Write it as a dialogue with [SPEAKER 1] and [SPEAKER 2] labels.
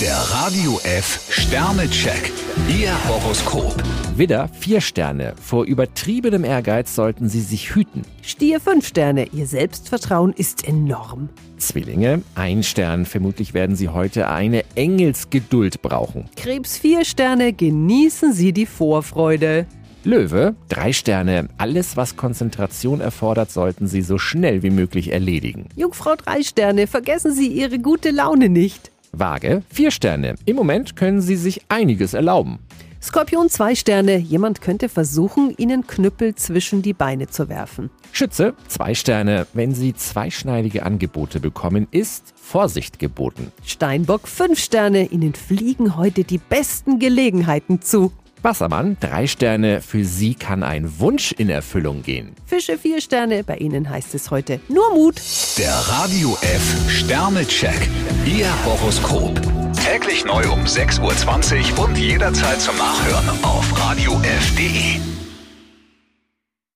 [SPEAKER 1] Der Radio F Sternecheck. Ihr Horoskop.
[SPEAKER 2] Widder, vier Sterne. Vor übertriebenem Ehrgeiz sollten Sie sich hüten.
[SPEAKER 3] Stier 5 Sterne, Ihr Selbstvertrauen ist enorm.
[SPEAKER 2] Zwillinge, ein Stern. Vermutlich werden Sie heute eine Engelsgeduld brauchen.
[SPEAKER 3] Krebs 4 Sterne, genießen Sie die Vorfreude.
[SPEAKER 2] Löwe, drei Sterne. Alles, was Konzentration erfordert, sollten Sie so schnell wie möglich erledigen.
[SPEAKER 3] Jungfrau 3 Sterne, vergessen Sie Ihre gute Laune nicht.
[SPEAKER 2] Waage, vier Sterne. Im Moment können Sie sich einiges erlauben.
[SPEAKER 3] Skorpion 2 Sterne, jemand könnte versuchen, Ihnen Knüppel zwischen die Beine zu werfen.
[SPEAKER 2] Schütze, zwei Sterne. Wenn Sie zweischneidige Angebote bekommen, ist Vorsicht geboten.
[SPEAKER 3] Steinbock 5 Sterne, Ihnen fliegen heute die besten Gelegenheiten zu.
[SPEAKER 2] Wassermann, drei Sterne. Für Sie kann ein Wunsch in Erfüllung gehen.
[SPEAKER 3] Fische 4 Sterne, bei Ihnen heißt es heute nur Mut.
[SPEAKER 1] Der Radio F Sternecheck. Ihr Horoskop. Täglich neu um 6.20 Uhr und jederzeit zum Nachhören auf Radio radiof.de.